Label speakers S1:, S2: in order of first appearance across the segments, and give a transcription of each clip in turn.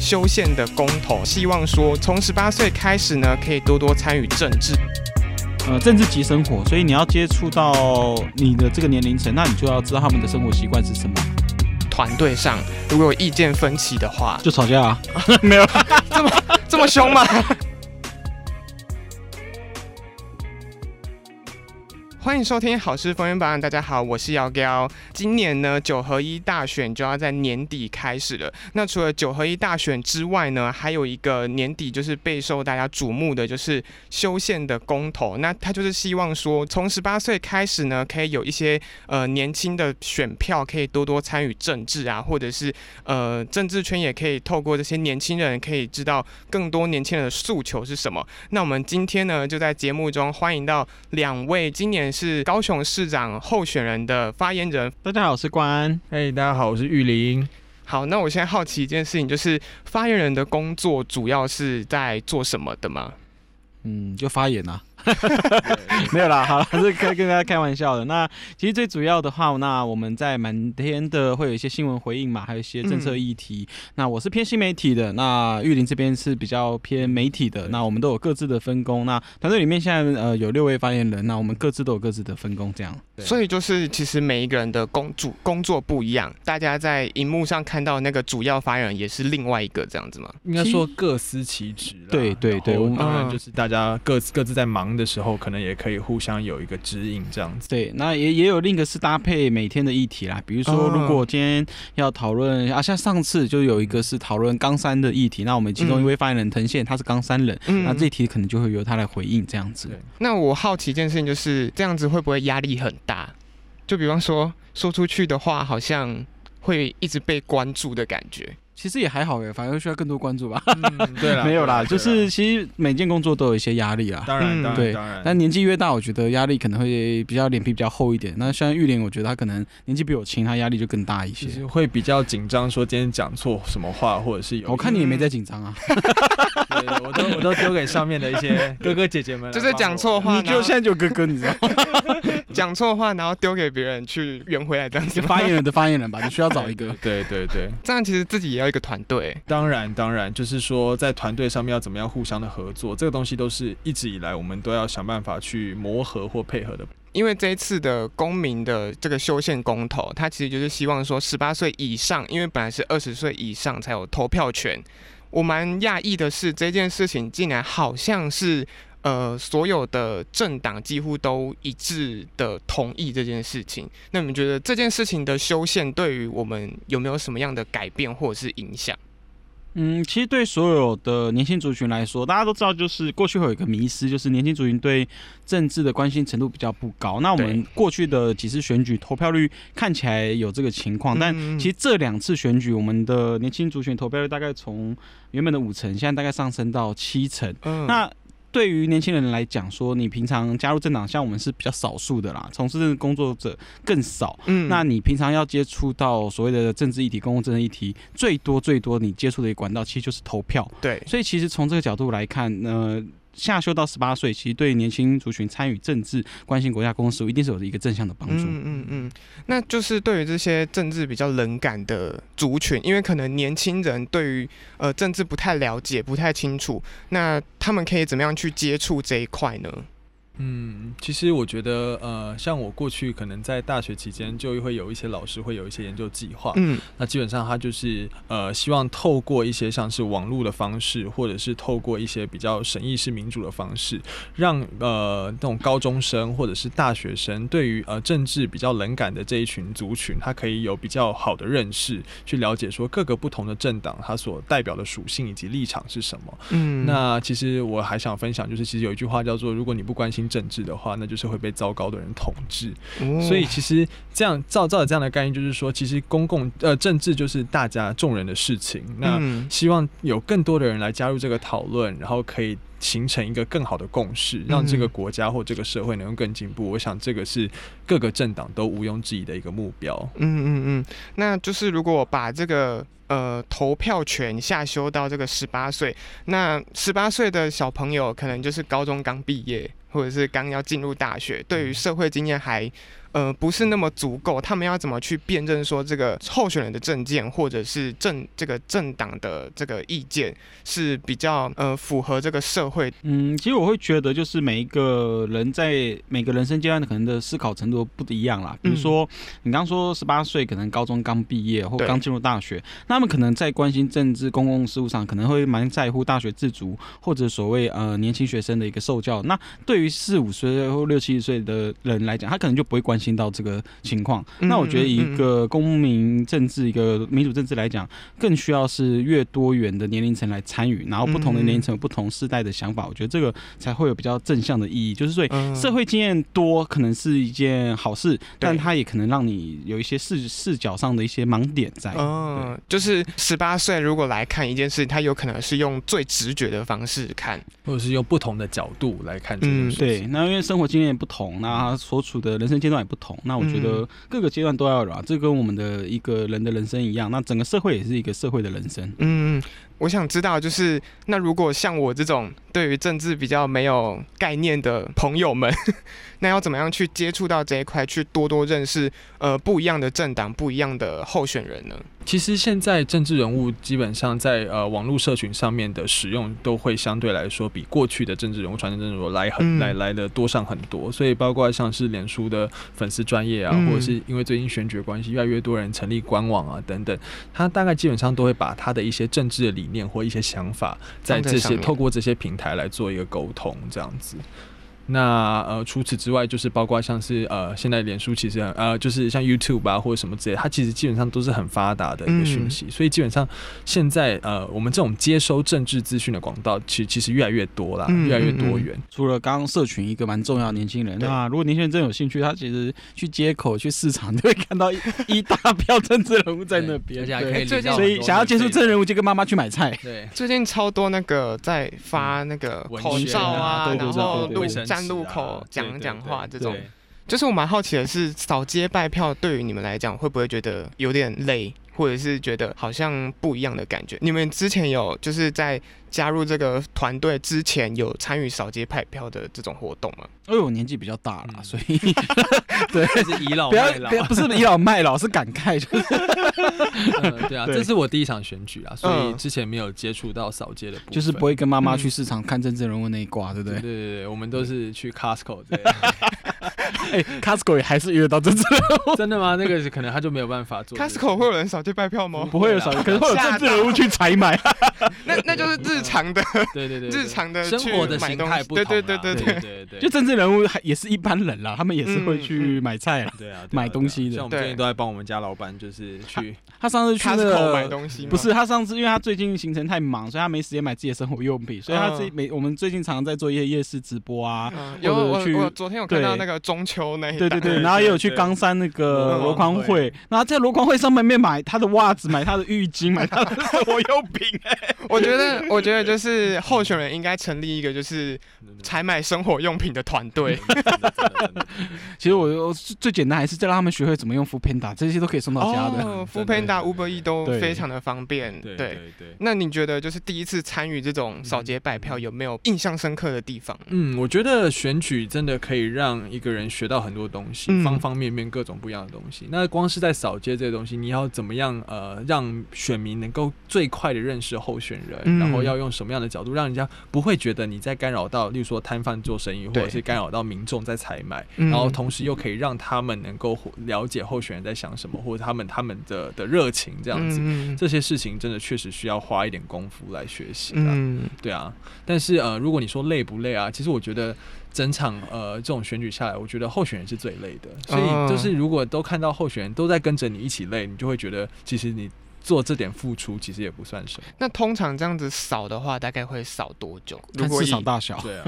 S1: 修宪的公投，希望说从十八岁开始呢，可以多多参与政治。
S2: 呃，政治及生活，所以你要接触到你的这个年龄层，那你就要知道他们的生活习惯是什么，
S1: 团队上如果有意见分歧的话，
S2: 就吵架啊。
S1: 这么凶吗？欢迎收听《好事风云榜》，大家好，我是姚彪。今年呢，九合一大选就要在年底开始了。那除了九合一大选之外呢，还有一个年底就是备受大家瞩目的，就是修宪的公投。那他就是希望说，从十八岁开始呢，可以有一些呃年轻的选票，可以多多参与政治啊，或者是呃，政治圈也可以透过这些年轻人，可以知道更多年轻人的诉求是什么。那我们今天呢，就在节目中欢迎到两位今年是高雄市长候选人的发言人。
S2: 大家好，我是关安。
S3: 嘿大家好，我是玉林。
S1: 好，那我现在好奇一件事情，就是发言人的工作主要是在做什么的吗？
S2: 嗯，就发言啊。 没有啦，好了，是跟跟大家开玩笑的。那其实最主要的话，那我们在满天的会有一些新闻回应嘛，还有一些政策议题。那我是偏新媒体的，那玉林这边是比较偏媒体的。那我们都有各自的分工。那团队里面现在呃有六位发言人，那我们各自都有各自的分工，这样。
S3: 对
S1: 所以就是其实每一个人的工主工作不一样，大家在荧幕上看到那个主要发言人也是另外一个这样子吗？
S3: 应该说各司其职啦。
S2: 对对对
S3: 然后
S2: 我们
S3: 当然
S1: 嗯
S3: 就是大家各自各自在忙的时候，可能也可以互相有一个指引这样子。
S2: 对，那也也有另一个是搭配每天的议题啦，比如说
S1: 哦
S2: 如果今天要讨论、啊，像上次就有一个是讨论冈山的议题，那我们其
S3: 嗯
S2: 中一位发言人藤宪他是冈山人，
S1: 嗯
S2: 那这题可能就会由他来回应这样子
S3: 对。
S1: 那我好奇一件事情，就是这样子会不会压力很大？就比方说说出去的话，好像会一直被关注的感觉。
S2: 其实也还好耶，反而需要更多关注吧。
S3: 嗯对 啦，
S2: 没有啦，
S3: 对啊
S2: 就是其实每件工作都有一些压力啦。
S3: 当然
S1: 嗯
S3: 当
S2: 对
S3: 然当然，
S2: 但年纪越大，我觉得压力可能会比较脸皮比较厚一点。那像玉莲，我觉得她可能年纪比我轻，她压力就更大一些
S3: 就。是会比较紧张，说今天讲错什么话，或者是有
S2: 我看你也没在紧张啊，
S3: 对对我都 我都丢给上面的一些 哥哥姐姐们来帮我，
S1: 就是讲错
S3: 啊
S1: 话，
S2: 你
S1: 然后
S2: 就现在就哥哥，你知道吗？
S1: 讲错话，然后丢给别人去圆回来这样子
S2: 就
S1: 吗。
S2: 发言人的发言人吧，你需要 找一个。
S3: 对对对，
S1: 这样其实自己也要一个团队。
S3: 当然，当然，就是说在团队上面要怎么样互相的合作，这个东西都是一直以来我们都要想办法去磨合或配合的。
S1: 因为这一次的公民的这个修宪公投，它其实就是希望说十八岁以上，因为本来是二十岁以上才有投票权。我蛮讶异的是，这件事情竟然好像是呃所有的政党几乎都一致的同意这件事情。那你们觉得这件事情的修宪对于我们有没有什么样的改变或者是影响？
S2: 嗯，其实对所有的年轻族群来说，大家都知道，就是过去会有一个迷失，就是年轻族群对政治的关心程度比较不高。那我们过去的几次选举投票率看起来有这个情况，但
S1: 嗯
S2: 哦其实这两次选举，我们的年轻族群投票率大概从原本的五成，现在大概上升到七成。
S1: 嗯
S2: 那对于年轻人来讲，说你平常加入政党，像我们是比较少数的啦，从事政治工作者更少。
S1: 嗯
S2: 那你平常要接触到所谓的政治议题、公共政治议题，最多最多你接触的一个管道其实就是投票。
S1: 对
S2: 所以其实从这个角度来看，呃，下修到十八岁，其实对年轻族群参与政治、关心国家公事务，一定是有一个正向的帮助。
S1: 嗯嗯嗯，那就是对于这些政治比较冷感的族群，因为可能年轻人对于呃政治不太了解、不太清楚，那他们可以怎么样去接触这一块呢？
S3: 嗯，其实我觉得，呃，像我过去可能在大学期间就会有一些老师会有一些研究计划，
S1: 嗯
S3: 那基本上他就是呃，希望透过一些像是网络的方式，或者是透过一些比较审议式民主的方式，让呃那种高中生或者是大学生对于呃政治比较冷感的这一群族群，他可以有比较好的认识，去了解说各个不同的政党它所代表的属性以及立场是什么。
S1: 嗯
S3: 那其实我还想分享，就是其实有一句话叫做“如果你不关心政治的话，那就是会被糟糕的人统治”
S1: 哦
S3: 所以其实这样照照着这样的概念，就是说，其实公共呃政治就是大家众人的事情。那
S1: 嗯
S3: 希望有更多的人来加入这个讨论，然后可以形成一个更好的共
S1: 嗯
S3: 识，让这个国家或这个社会能够更进步。我想这个是各个政党都毋庸置疑的一个目标。
S1: 嗯嗯嗯，那就是如果把这个呃投票权下修到这个十八岁，那十八岁的小朋
S2: 嗯
S1: 友可能就是高中刚毕业，或者是刚要进入大学，对于社会经验还呃不是那么足够，他们要怎么去辨认说这个候选人的证件或者是政这个政党的这个意见是比较呃符合这个社会
S2: 嗯，其实我会觉得，就是每一个人在每个人生阶段的可能的思考程度不一样啦。
S1: 嗯
S2: 比如说，你刚说十八岁，可能高中刚毕业或
S1: 对
S2: 刚进入大学，那他们可能在关心政治、公共事务上，可能会蛮在乎大学自主或者所谓呃年轻学生的一个受教。那对于四五岁或六七十岁的人来讲，他可能就不会关心到这个情况。
S1: 嗯
S2: 那我觉得以
S1: 嗯嗯
S2: 一个公民政治、一个民主政治来讲，更需要是越多元的年龄层来参与，然后不同的年龄层有不同世代的想法，我觉得这个才会有比较正向的意义。就是所以
S1: 嗯
S2: 社会经验多可能是一件好事，但它也可能让你有一些视视角上的一些盲点在。
S1: 嗯，就是十八岁如果来看一件事，他有可能是用最直觉的方式看，
S3: 或者是用不同的角度来看这件
S1: 嗯
S3: 事情。
S2: 对，那因为生活经验不同，那他所处的人生阶段也不同，那我觉
S1: 嗯
S2: 得各个阶段都要有啊，这跟我们的一个人的人生一样，那整个社会也是一个社会的人生。
S1: 嗯，我想知道，就是那如果像我这种对于政治比较没有概念的朋友们， 那要怎么样去接触到这一块，去多多认识呃不一样的政党、不一样的候选人呢？
S3: 其实现在政治人物基本上在呃网络社群上面的使用，都会相对来说比过去的政治人物、传统政治人物来很、
S1: 嗯
S3: 来来的多上很多。所以包括像是脸书的粉丝专业啊，
S1: 嗯
S3: 或者是因为最近选举的关系，越来越多人成立官网啊等等，他大概基本上都会把他的一些政治的理念或一些想法，在
S1: 放在
S3: 这
S1: 上
S3: 些
S1: 面
S3: 透过这些平台来做一个沟通，这样子。那呃，除此之外，就是包括像是呃，现在脸书其实很呃，就是像 YouTube 啊或者什么之类，它其实基本上都是很发达的一个讯
S2: 嗯
S3: 息，所以基本上现在呃，我们这种接收政治资讯的广告，其实其实越来越多啦，
S1: 嗯
S3: 越来越
S1: 嗯
S3: 多
S1: 嗯
S3: 元。
S2: 除了刚刚社群一个蛮重要的年轻人，
S1: 对
S2: 那如果年轻人真有兴趣，他其实去街口、去市场就会看到一 一大票政治人物在那
S4: 对
S2: 边，
S4: 而且还
S2: 对
S4: 可以领到
S2: 所以想要接触
S4: 真
S2: 真人物，就跟妈妈去买菜。
S4: 对，
S1: 最近超多那个在发那个
S3: 文
S1: 口
S2: 嗯宣
S1: 罩
S2: 啊
S1: 啊，
S2: 对
S1: 然
S2: 对对
S1: 后
S2: 对
S1: 路
S3: 卫生
S1: 站路
S3: 纸啊
S1: 口
S3: 对对
S1: 讲讲
S3: 对
S1: 话这种
S2: 对，
S1: 就是我蛮好奇的是，扫街拜票对于你们来讲，会不会觉得有点累，或者是觉得好像不一样的感觉？你们之前有就是在加入这个团队之前，有参与扫街拜票的这种活动吗？
S2: 因为我哎年纪比较大了，
S3: 嗯
S2: 所以
S4: 就是倚老
S2: 不要
S4: 卖老。
S2: 不。要不是倚老卖老，是感慨，就是
S3: 呃对啊，
S2: 对
S3: 这是我第一场选举啊，所以
S1: 嗯
S3: 之前没有接触到扫街的部分，
S2: 就是不会跟妈妈去市场看政治人物那一挂，对不
S3: 对对
S2: 对？
S3: 对对，我们都是去 Costco 之类的。
S2: 哎，Costco 也还是遇得到政治人
S3: 真的吗？那个是可能他就没有办法做这个事情。
S1: Costco 会有人扫街拜票
S2: 物，
S1: 吗？
S2: 不会有少， 可是会有政治人物去采买。
S1: 那那就是日常的，
S3: 对对对，对
S1: 日常的
S3: 生
S1: 去
S3: 活的
S1: 买
S3: 形
S1: 东
S3: 态
S1: 西
S3: 不同
S1: 对
S3: 啦，
S1: 对对对
S3: 对
S2: 对
S3: 对对，
S2: 就政治人物还也是一般人啦，他们也是会去买菜啦。
S3: 对啊，对啊
S2: 买东西的
S3: 像我们
S1: 对
S3: 最近都在帮我们家老板，就是去
S2: 他上次去那
S1: Costco 买
S2: 个
S1: 东西吗
S2: 不是他上次，因为他最近行程太忙，所以他没时间买自己的生活用品，所以他自己
S1: 嗯
S2: 每我们最近常常在做一些夜市直播啊。
S1: 嗯有我
S2: 或者去
S1: 我昨天有看
S2: 对
S1: 到那个中秋那一
S2: 对
S1: 档
S2: 对对，
S3: 对
S2: 然后也有去
S3: 对
S2: 冈山那个
S1: 嗯
S2: 罗狂会，然后在罗狂会上面买他的袜子，买他的浴巾，买他的生活用品。
S1: 我觉得我觉得就是候选人应该成立一个就是采买生活用品的团队。
S3: 真的真的真的
S2: 其实我我最简单还是再让他们学会怎么用 f o o Panda，这些都可以送到家的。
S1: 哦
S3: 真的
S1: ，Foodpanda、Uber E 都
S2: 对
S1: 非常的方便。
S3: 对
S1: 对，
S3: 对对。
S1: 那你觉得就是第一次参与这种扫街拜票，有没有印象深刻的地方？
S3: 嗯，我觉得选举真的可以让一个人学到很多东西，
S1: 嗯
S3: 方方面面各种不一样的东西。那光是在扫街这个东西，你要怎么样呃让选民能够最快的认识候选人，
S1: 嗯
S3: 然后要用什么样的角度，让人家不会觉得你在干扰到，例如说摊贩做生意，或者
S1: 对
S3: 是干扰到民众在采买，
S1: 嗯
S3: 然后同时又可以让他们能够了解候选人在想什么，或者他们他们的的热情这
S1: 这
S3: 样子。
S1: 嗯
S3: 这些事情真的确实需要花一点功夫来学习啦。
S1: 嗯
S3: 对啊，但是呃，如果你说累不累啊，其实我觉得整场呃这种选举下来，我觉得候选人是最累的。所
S2: 哦
S3: 以就是如果都看到候选人都在跟着你一起累，你就会觉得其实你做这点付出其实也不算什么。
S1: 那通常这样子扫的话，大概会扫多久？如
S2: 看
S1: 果
S2: 市
S1: 以
S2: 场大小，
S3: 对啊，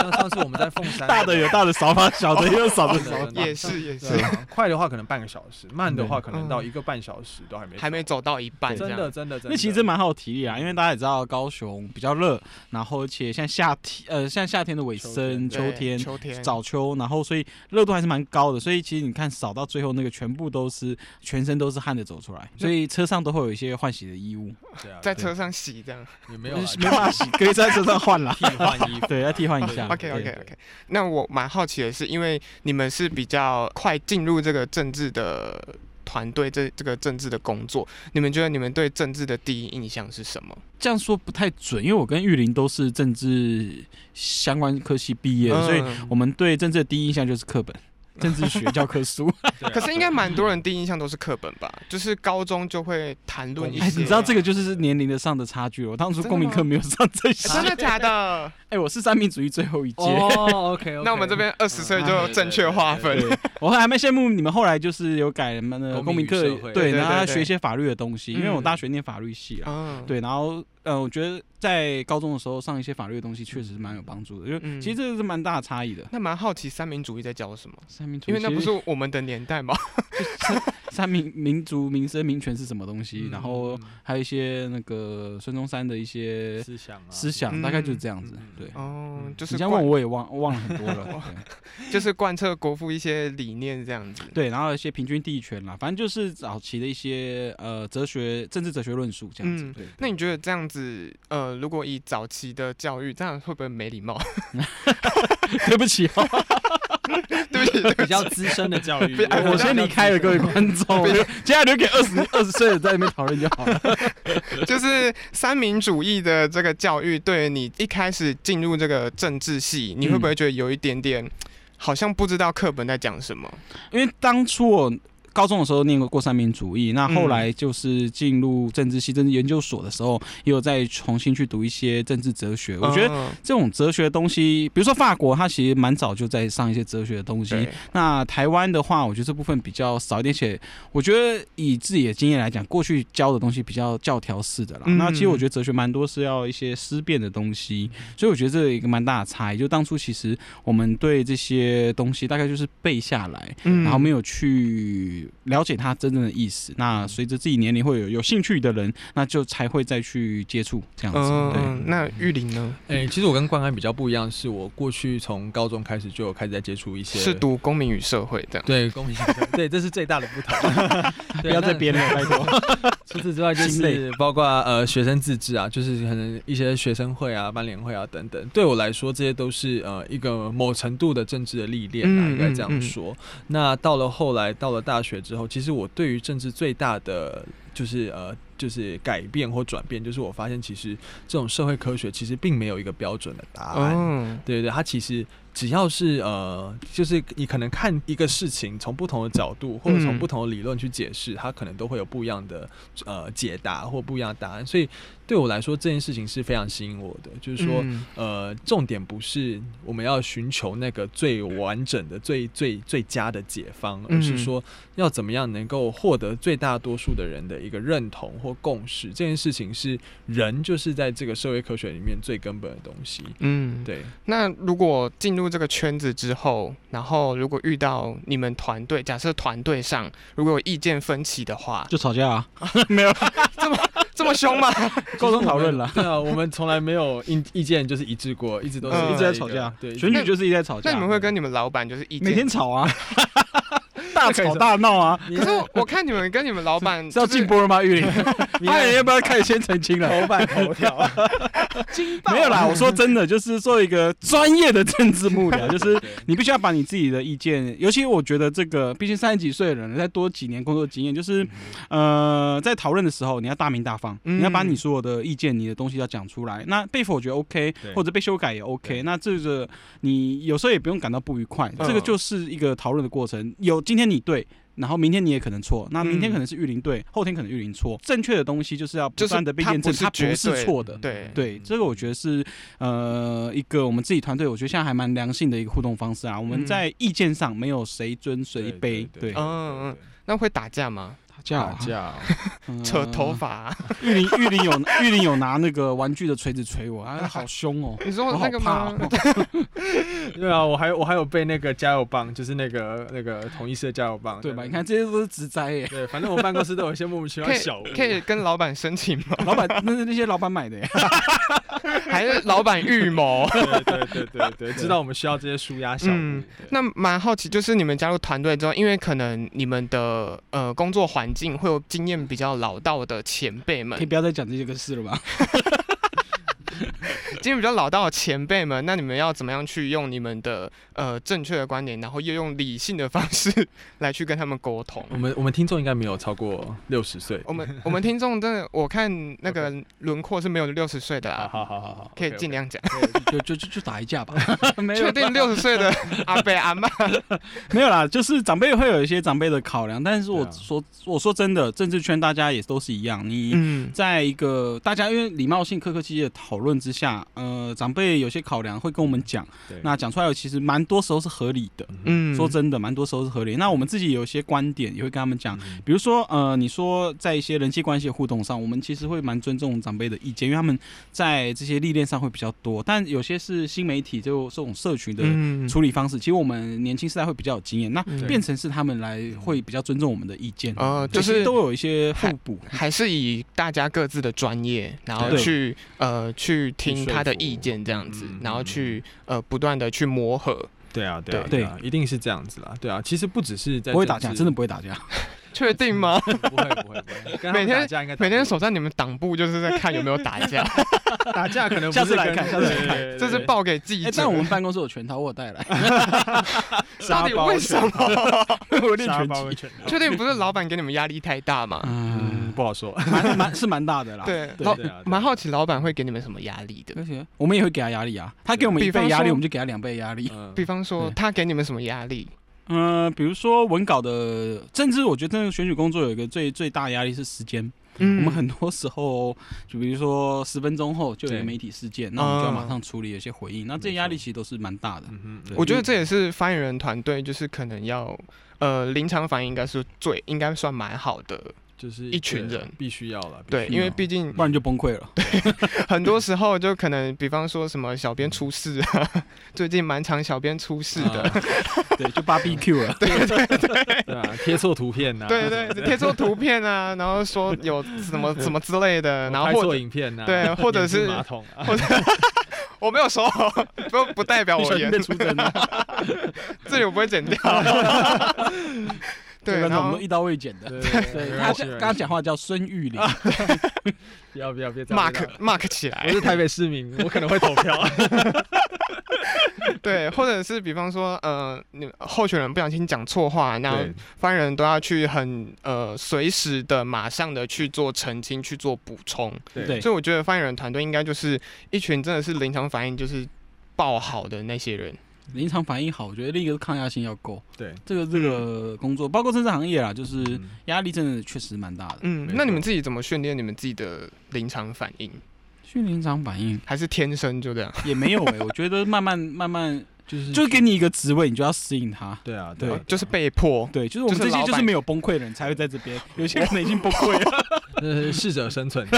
S3: 像上次我们在凤 山
S2: 大的有大的扫法，小的也有小的
S3: 真的
S2: 扫法。
S3: 真的
S1: 也是也是
S3: 对，啊快的话可能半个小时，慢的话可能到
S1: 嗯
S3: 一个半小时都还没
S1: 还没走到一半这
S3: 真
S1: 样。
S3: 的真的真的。
S2: 那其实真蛮耗体力啊，因为大家也知道高雄比较热，然后而且像夏天，呃，像夏天的尾声，
S3: 秋
S2: 秋
S1: 对
S2: 天。
S1: 秋天
S2: 早秋，然后所以热度还是蛮高的，所以其实你看扫到最后那个全部都是全身都是汗的走出来，所以车上都会有一些换洗的衣物，
S3: 对啊，
S1: 在车上洗这样。
S3: 也没有啊
S2: 就是没办法 洗，可以在车上换啦
S4: 替换衣服，
S2: 对，要替换一下。
S1: 啊 OK
S2: 对
S1: OK OK，那我蛮好奇的是，因为你们是比较快进入这个政治的团队，这这个政治的工作，你们觉得你们对政治的第一印象是什么？
S2: 这样说不太准，因为我跟玉林都是政治相关科系毕业的，所以
S1: 嗯
S2: 我们对政治的第一印象就是课 本、政治学教科书。
S4: 对啊
S1: 可是应该蛮多人第一印象都是课本吧，就是高中就会谈论一些。
S2: 哎，你知道这个就是年龄的上的差距了。我当初
S1: 啊真的
S2: 公民课
S1: 吗
S2: 没有上这些
S1: 哎、，真的假的？
S2: 哎，我是三民主义最后一届。
S4: 哦，OK，
S1: 那我们这边二十岁就正确划分。
S2: 嗯对， 我还蛮羡慕你们后来就是有改什么的公
S4: 公
S2: 民
S4: 民与
S2: 课
S4: 社，会
S2: 对，
S1: 对
S2: 然后
S1: 对
S2: 要
S1: 对
S2: 学一些法律的东西，因为我
S1: 嗯
S2: 大学念法律系啊，
S1: 嗯，
S2: 对，然后呃，我觉得在高中的时候上一些法律的东西确实是蛮有帮助的，因为
S1: 嗯
S2: 其实这个是蛮大的差异的。
S1: 那蛮好奇三民主义在教什么，
S2: 三民主
S1: 因
S2: 义
S1: 为那不
S2: 其实
S1: 是我们的年代嘛。
S2: 三民民族、民生、民权是什么东西，然后
S3: 嗯
S2: 还有一些那个孙中山的一些
S3: 思想啊，
S2: 思想，大概就是
S1: 嗯
S2: 这样子
S3: 嗯嗯。
S2: 对，
S1: 哦，就是
S2: 你这样
S1: 贯
S2: 问我也忘忘了很多了。对
S1: 就是贯彻国父一些理念这样子。
S2: 对，然后一些平均地权啦，反正就是早期的一些呃哲学、政治哲学论述这样子。
S1: 嗯
S2: 对，
S1: 那你觉得这样子，呃，如果以早期的教育，这样会不会没礼貌？
S2: 对不起、哦，
S1: 对不起，对不
S4: 比
S1: 起
S4: 较资深的教 育
S1: 不是哎，
S2: 我先离开了各位观众，留 接下来留给二十二十岁的在那边讨论就好了。
S1: 就是三民主义的这个教育，对你一开始进入这个政治系，你会不会觉得有一点点，好像不知道课本在讲什么？
S2: 因为当初我高中的时候念过过三民主义，那后来就是进入政治系、政治研究所的时候，也有再重新去读一些政治哲学。我觉得
S1: 得
S2: 这种哲学的东西，比如说法国，它其实蛮早就在上一些哲学的东西。
S1: 对，
S2: 那台湾的话，我觉得这部分比较少一点，且我觉得以自己的经验来讲，过去教的东西比较教条式的啦。
S1: 嗯
S2: 那其实我觉得哲学蛮多是要一些思辨的东西，所以我觉得这有一个蛮大的差异。就当初其实我们对这些东西大概就是背下来，
S1: 嗯
S2: 然后没有去了解它真正的意思。那随着自己年龄会有有兴趣的人，那就才会再去接触这样子。
S1: 嗯、
S2: 对，
S1: 那玉林呢？
S3: 哎、其实我跟冠安比较不一样，是我过去从高中开始就有开始在接触一些
S1: 是读公民与社会这样。
S3: 对公民对，这是最大的 不同。
S2: 不
S3: 对
S2: 要再
S3: 那
S2: 编了，拜托。
S3: 除此之外，就
S2: 心累
S3: 是包括呃学生自治啊，就是可能一些学生会啊、班联会啊等等。对我来说，这些都是呃一个某程度的政治的历练啊，
S1: 嗯
S3: 应该这
S1: 嗯嗯
S3: 样说。那到了后来，到了大学之后，其实我对于政治最大的就是呃。就是改变或转变，就是我发现其实这种社会科学其实并没有一个标准的答案，
S2: 哦
S1: 嗯，
S3: 对对，它其实只要是呃，就是你可能看一个事情，从不同的角度或者
S1: 嗯
S3: 从不同的理论去解释，它可能都会有不一样的呃解答或不一样的答案。所以对我来说，这件事情是非常吸引我的，就是说。
S1: 嗯
S3: 呃，重点不是我们要寻求那个最完整的、最最最佳的解方，
S1: 嗯
S3: 而是说要怎么样能够获得最大多数的人的一个认同或共识。这件事情是人就是在这个社会科学里面最根本的东西。
S1: 嗯，
S3: 对，
S1: 那如果进入这个圈子之后，然后如果遇到你们团队，假设团队上如果有意见分歧的话，
S2: 就吵架啊，
S1: 这么凶吗？
S2: 沟通讨论了。
S3: 对啊，我们从来没有意意见就是一致过，一直都是、
S1: 嗯
S2: 一直在吵架，
S3: 对，
S2: 选举就是一直在吵架。啊
S1: 那你们会跟你们老板就是意见？
S2: 每天吵啊， 大吵大闹啊，
S1: 可是我我看你们跟你们老 板
S2: 嗯是要
S1: 就是
S2: 进波了吗？玉林， 他也要不要开始先澄清 了？
S3: 头版头条，
S2: 没有啦，我说真的，就是做一个专业的政治幕 僚，就是
S3: 对
S2: 你必须要把你自己的意见，尤其我觉得这个，毕竟三十几岁的人，再多几年工作经验，就是呃，在讨论的时候，你要大明大方，
S1: 嗯
S2: 你要把你所有的意见、你的东西要讲出来。那被否决 OK，
S3: 对
S2: 或者被修改也 OK，
S3: 对
S2: 那这个你有时候也不用感到不愉快，
S1: 嗯
S2: 这个就是一个讨论的过程。有今天你对。然后明天你也可能错，那明天可能是玉林对，后天可能玉林错。正确的东西就是要不断的被验
S1: 就
S2: 证，
S1: 是
S2: 它
S1: 它
S2: 不
S1: 不是绝
S2: 是
S1: 对
S2: 错的。
S1: 对
S2: 对，
S3: 嗯
S2: 这个我觉得是呃一个我们自己团队，我觉得现在还蛮良性的一个互动方式啊。我们
S1: 嗯
S2: 在意见上没有谁尊谁卑，对，
S3: 啊
S1: 嗯嗯那会打架吗？
S2: 打架啊
S3: 架，
S2: 嗯
S1: 扯头发啊、
S2: 玉林玉林有 玉林有拿那个玩具的锤子锤我， 啊，好凶哦。
S1: 你
S2: 我
S1: 说
S2: 好
S1: 那个
S2: 怕
S1: 吗？
S2: 哦！
S3: 对啊，我还我还有被那个加油棒，就是那个那个同一社加油棒，
S2: 对吧？你看，这些都是植栽耶，
S3: 对，反正我办公室都有一些莫名其妙
S1: 可
S3: 的
S1: 以
S3: 小物，
S1: 可以跟老板申请 吗？
S2: 老板那是那些老板买的耶。
S1: 还是老板预 谋？
S3: 对对对对对，知道我们需要这些舒压小物。
S1: 嗯
S3: 对
S1: 那蛮好奇，就是你们加入团队之后，因为可能你们的呃工作环环境会有经验比较老道的前辈们
S2: 可以，不要再讲这些个事了 吧？
S1: 经验比较老道的前辈们，那你们要怎么样去用你们的呃正确的观点，然后又用理性的方式 来去跟他们沟通？
S3: 我们我们听众应该没有超过六十岁。
S1: 我们我们听众真的，我看那个轮廓是没有六十岁的
S3: 好
S1: 啊，
S3: 好好好好，
S1: 可以
S3: OK，OK
S1: 尽量讲。
S2: 就就就就打一 架吧，没有
S1: 确定六十岁的阿伯阿妈，
S2: 没有啦，就是长辈会有一些长辈的考量，但是我
S3: 对啊
S2: 说、我说真的，政治圈大家也都是一样，你。
S1: 嗯，
S2: 在一个大家因为礼貌性、客客气气的讨论之下，呃，长辈有些考量会跟我们讲
S3: 对，
S2: 那讲出来其实蛮多时候是合理的。
S1: 嗯
S2: 说真的，蛮多时候是合理的。那我们自己有一些观点也会跟他们讲，
S3: 嗯
S2: 比如说，呃，你说在一些人际关系的互动上，我们其实会蛮尊重长辈的意见，因为他们在这些历练上会比较多。但有些是新媒体就这种社群的
S1: 嗯
S2: 处理方式，其实我们年轻世代会比较有经验，那
S1: 嗯
S2: 变成是他们来会比较尊重我们的意见，
S1: 呃，
S2: 对
S1: 就
S2: 其
S1: 是
S2: 实都有一些互补。
S1: 还是以大家各自的专业，然后
S2: 对
S1: 去呃去听
S3: 说
S1: 他的
S3: 服
S1: 意见这样子
S3: 嗯，
S1: 然后去呃不断的去磨合，
S3: 对啊，对啊，
S2: 对
S3: 对啊，一定是这样子啦，对啊。其实不只是在
S2: 不会打架，
S3: 政治
S2: 真的不会打架。
S1: 确定吗？
S3: 不会不会不会，跟他们
S1: 每天
S3: 打架应该
S1: 每天
S3: 手
S1: 守在你们党部就是在看有没有打架，
S3: 打架可能不
S2: 下次
S3: 是
S2: 来
S3: 跟
S2: 看下次来
S3: 对对对
S1: 这是
S3: 对
S1: 报给记
S2: 哎、
S1: 者。
S2: 但我们办公室有拳套，我有带来，
S1: 到底为什么？
S2: 我练
S3: 沙
S2: 拳
S3: 包
S2: 击。
S3: 跟拳 头
S1: 确定不是老板给你们压力太大吗？
S3: 嗯
S2: 嗯，
S3: 不好说，
S2: 蛮蛮是蛮大的啦。，
S1: 对，
S2: 对
S1: 老
S3: 对啊对
S1: 蛮好奇老板会给你们什么压力的？
S2: 而且我们也会给他压力啊，他给我们
S1: 对
S2: 一倍压
S1: 比方
S2: 力，
S1: 说
S2: 我们就给他两倍压力。
S3: 嗯
S1: 比方说
S2: 对
S1: 他给你们什么压力？
S2: 嗯、比如说文稿的政治，我觉得这个选举工作有一个最最大的压力是时间。
S1: 嗯
S2: 我们很多时候，就比如说十分钟后就有一个
S3: 对
S2: 媒体事件，那我们就要
S1: 嗯
S2: 马上处理有些回应，那这些压力其实都是蛮大的。
S3: 嗯
S2: 对
S1: 我觉得这也是发言人团队，就是可能要，呃，临场反应应该是最应该算蛮好的，
S3: 就是
S1: 一群人
S3: 对必须要了，
S1: 对，
S2: 是
S1: 因为
S2: 哦
S1: 毕竟
S2: 不然就崩溃了。
S1: 很多时候就可能，比方说什么小编出事啊， 最近蛮常小编出事的，
S2: 啊，对，就 BBQ 了。
S3: 对啊，贴错图片呐，
S1: 对对，贴错图片啊，然后说有什 么什么之类的，然后
S3: 拍
S1: 或
S3: 错
S1: 者
S3: 影片呐，
S1: 对或者
S3: 掩
S1: 是
S3: 进马桶 啊，
S1: 或者我没有说， 不不代表
S2: 不
S1: 我
S2: 小心
S1: 言
S2: 被，出征 了，
S1: 这里我不会 剪掉。 对，
S2: 这个
S1: 然
S2: 我
S1: 后
S2: 们一刀未剪的。对他讲，刚刚讲话叫孙玉玲，
S1: 啊
S3: 不要不要别
S1: mark mark 起来
S3: 我。是台北市民，我可能会投票。
S1: 对，或者是比方说，呃，你候选人不小心讲错话，那发言人都要去很呃随时的、马上的去做澄清、去做补充。
S3: 对
S2: 对
S1: 所以我觉得发言人团队应该就是一群真的是临场反应就是爆好的那些人。
S2: 临场反应好，我觉得另一个是抗压性要够。
S3: 对，
S2: 这个这
S1: 嗯
S2: 个工作，包括政治行业啦，啊就是
S3: 嗯
S2: 压力真的确实蛮大的。
S1: 嗯
S3: 没，
S1: 那你
S3: 错
S1: 们自己怎么训练你们自己的临场反应？
S2: 去临场反应
S1: 还是天生就这样？
S2: 也没有哎、 我觉得慢慢慢慢，
S3: 就是
S2: 就是给你一个职位，你就要适应它。
S3: 对啊，
S2: 对
S3: 对啊，
S1: 就是被迫。
S2: 对，就是我们
S1: 就
S2: 这
S1: 是
S2: 些
S1: 老板
S2: 就是没有崩溃的人才会在这边，有些人可能已经崩溃了。
S3: 呃适者生存。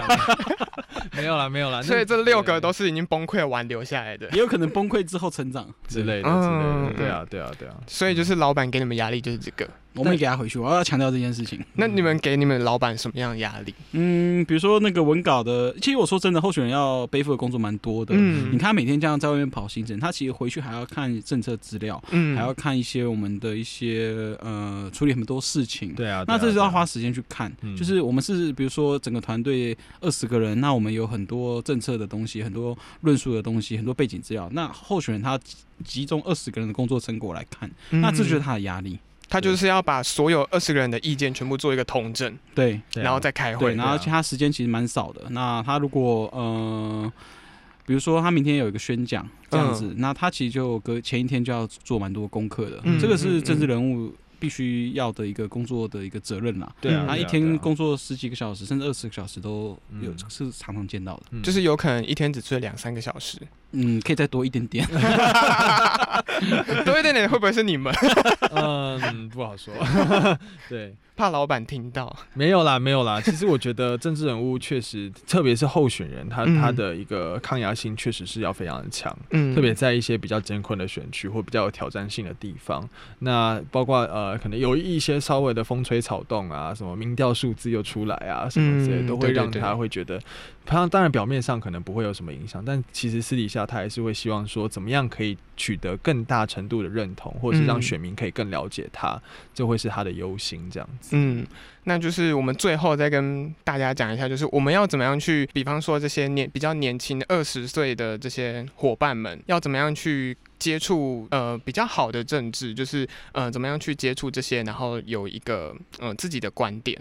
S3: 没有啦，没有啦，那
S1: 所以这六个
S3: 对
S1: 都是已经崩溃完留下来的。
S2: 也有可能崩溃之后成长。
S3: 之类的之类
S1: 嗯
S3: 的，对啊，对啊，对啊。
S1: 所以就是老板给你们压力就是这个。
S2: 我们也给他回去，我要强调这件事情。
S1: 那你们给你们老板什么样的压力？
S2: 嗯，比如说那个文稿的，其实我说真的，候选人要背负的工作蛮多的。
S1: 嗯
S2: 你看他每天这样在外面跑行程，他其实回去还要看政策资料，
S1: 嗯
S2: 还要看一些我们的一些呃处理很多事情。
S3: 对啊，
S2: 那
S3: 对
S2: 这
S3: 啊
S2: 是要花时间去看，
S3: 嗯
S2: 就是我们是比如说整个团队二十个人，那我们有很多政策的东西，很多论述的东西，很多背景资料。那候选人他集集中二十个人的工作成果来看，那这就是
S1: 嗯
S2: 他的压力。
S1: 他就是要把所有二十个人的意见全部做一个统整，
S2: 对
S3: 对啊
S1: 然后再开
S2: 对，
S1: 会。
S2: 然后其他时间其实蛮少的。那他如果呃，比如说他明天有一个宣讲这样
S3: 嗯
S2: 子，那他其实就隔前一天就要做蛮多功课的。
S1: 嗯
S2: 这个是政治人物必须要的一个工作的一个责任啦。
S3: 对啊，
S1: 嗯
S2: 他一
S3: 对啊
S2: 天工作十几个小时，甚至二十个小时都有，
S3: 嗯
S2: 是常常见到的。
S1: 就是有可能一天只睡两三个小时，
S2: 嗯，可以再多一点点。
S1: 多一点点会不会是你们
S3: 嗯，不好说。 对，
S1: 怕老板听到？
S3: 没有啦，没有啦。其实我觉得政治人物确实，特别是候选人，他
S1: 嗯
S3: 他的一个抗压性确实是要非常的强。
S1: 嗯
S3: 特别在一些比较艰困的选区或比较有挑战性的地方，那包括呃呃，可能有一些稍微的风吹草动啊，什么民调数字又出来啊，什么之类，
S1: 嗯
S3: 都
S1: 对
S3: 会
S1: 对
S3: 让
S1: 对
S3: 他会觉得，他当然表面上可能不会有什么影响，但其实私底下他还是会希望说，怎么样可以取得更大程度的认同，或者是让
S1: 嗯
S3: 选民可以更了解他，这会是他的忧心这样子。
S1: 嗯，那就是我们最后再跟大家讲一下，就是我们要怎么样去，比方说这些年比较年轻的二十岁的这些伙伴们，要怎么样去接触呃比较好的政治，就是呃怎么样去接触这些，然后有一个呃自己的观点。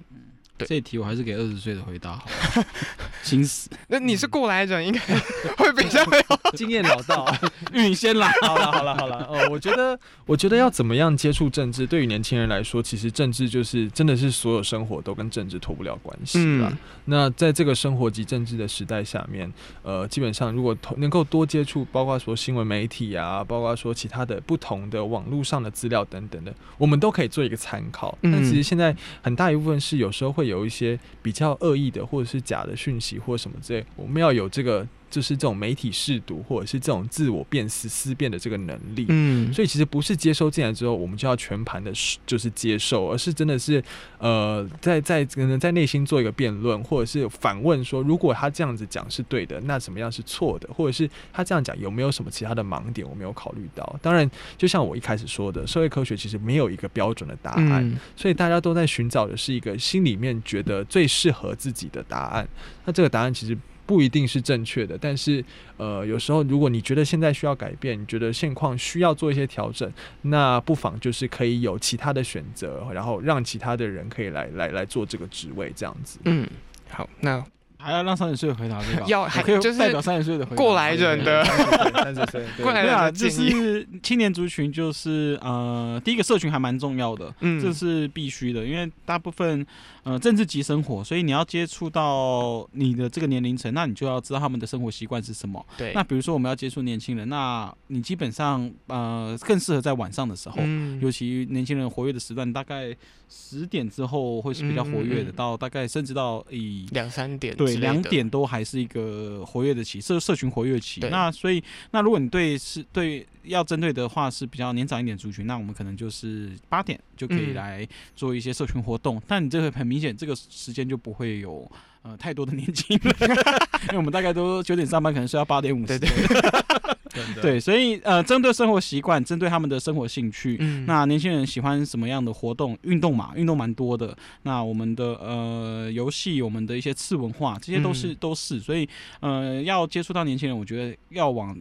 S1: 对
S2: 这一题我还是给二十岁的回答好了， 心死，
S1: 那你是过来人，应该 会比较 有
S3: 经验老道，
S2: 运先啦。
S3: 好了好了好了，哦，我觉得我觉得要怎么样接触政治，对于年轻人来说，其实政治就是真的是所有生活都跟政治脱不了关系啦。
S1: 嗯
S3: 那在这个生活及政治的时代下面，呃，基本上如果同能够多接触，包括说新闻媒体啊，包括说其他的不同的网络上的资料等等的，我们都可以做一个参考。
S1: 嗯
S3: 但其实现在很大一部分是有时候会有一些比较恶意的或者是假的讯息或什么之类，我们要有这个就是这种媒体试读或者是这种自我辨识思辨的这个能力。
S1: 嗯
S3: 所以其实不是接收进来之后，我们就要全盘的，就是接受，而是真的是，呃，在在可能在内心做一个辩论，或者是反问说，如果他这样子讲是对的，那怎么样是错的，或者是他这样讲有没有什么其他的盲点我没有考虑到？当然，就像我一开始说的，社会科学其实没有一个标准的答案，
S1: 嗯
S3: 所以大家都在寻找的是一个心里面觉得最适合自己的答案。那这个答案其实不一定是正确的，但是呃，有时候如果你觉得现在需要改变，你觉得现况需要做一些调整，那不妨就是可以有其他的选择，然后让其他的人可以来来来做这个职位这样子。
S1: 嗯，好，那
S2: 还要让三十岁回答对吧？
S1: 要
S2: 我
S1: 还
S2: 可以
S1: 就是
S2: 代表三十岁的回答
S1: 过来
S2: 对
S1: 人的
S3: 三十岁，对
S1: 过来
S2: 对啊，
S1: 人的
S2: 就
S1: 建议，
S2: 是青年族群，就是呃，第一个社群还蛮重要的，
S1: 嗯
S2: 这是必须的，因为大部分呃政治及生活，所以你要接触到你的这个年龄层，那你就要知道他们的生活习惯是什么。
S1: 对
S2: 那比如说我们要接触年轻人，那你基本上呃更适合在晚上的时候。
S1: 嗯
S2: 尤其年轻人活跃的时段，大概十点之后会是比较活
S1: 嗯
S2: 跃
S1: 嗯
S2: 的，
S1: 嗯
S2: 到大概甚至到以
S1: 两三点之
S2: 对，
S1: 类
S2: 两
S1: 的
S2: 点都还是一个活跃的期，社社群活跃期
S1: 对。
S2: 那所以，那如果你对是对要针对的话是比较年长一点族群，那我们可能就是八点就可以
S1: 嗯
S2: 来做一些社群活动。但你这个很明显，这个时间就不会有呃太多的年轻 人，因为我们大概都九点上班，可能睡到八点五
S1: 对
S2: 十。
S1: 对
S4: 真的，
S2: 对，所以呃，针对生活习惯，针对他们的生活兴趣，
S1: 嗯
S2: 那年轻人喜欢什么样的活动？运动嘛，运动蛮多的。那我们的呃游戏，我们的一些次文化，这些都是、
S1: 嗯
S2: 都是。所以呃，要接触到年轻人，我觉得要往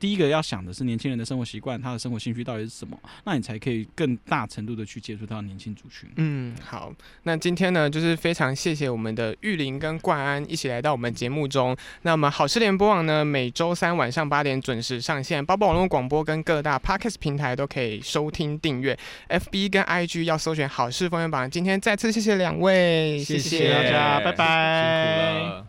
S2: 第一个要想的是年轻人的生活习惯，他的生活兴趣到底是什么，那你才可以更大程度的去接触到年轻族群。
S1: 嗯，好，那今天呢，就是非常谢谢我们的玉林跟冠安一起来到我们节目中。那么好事联播网呢，每周三晚上八点准时上线，包括网络广播跟各大 podcast 平台都可以收听订阅。FB 跟 IG 要搜寻好事风云榜。今天再次谢谢两位，
S3: 谢
S1: 谢
S2: 谢谢大家拜拜
S3: 辛苦了。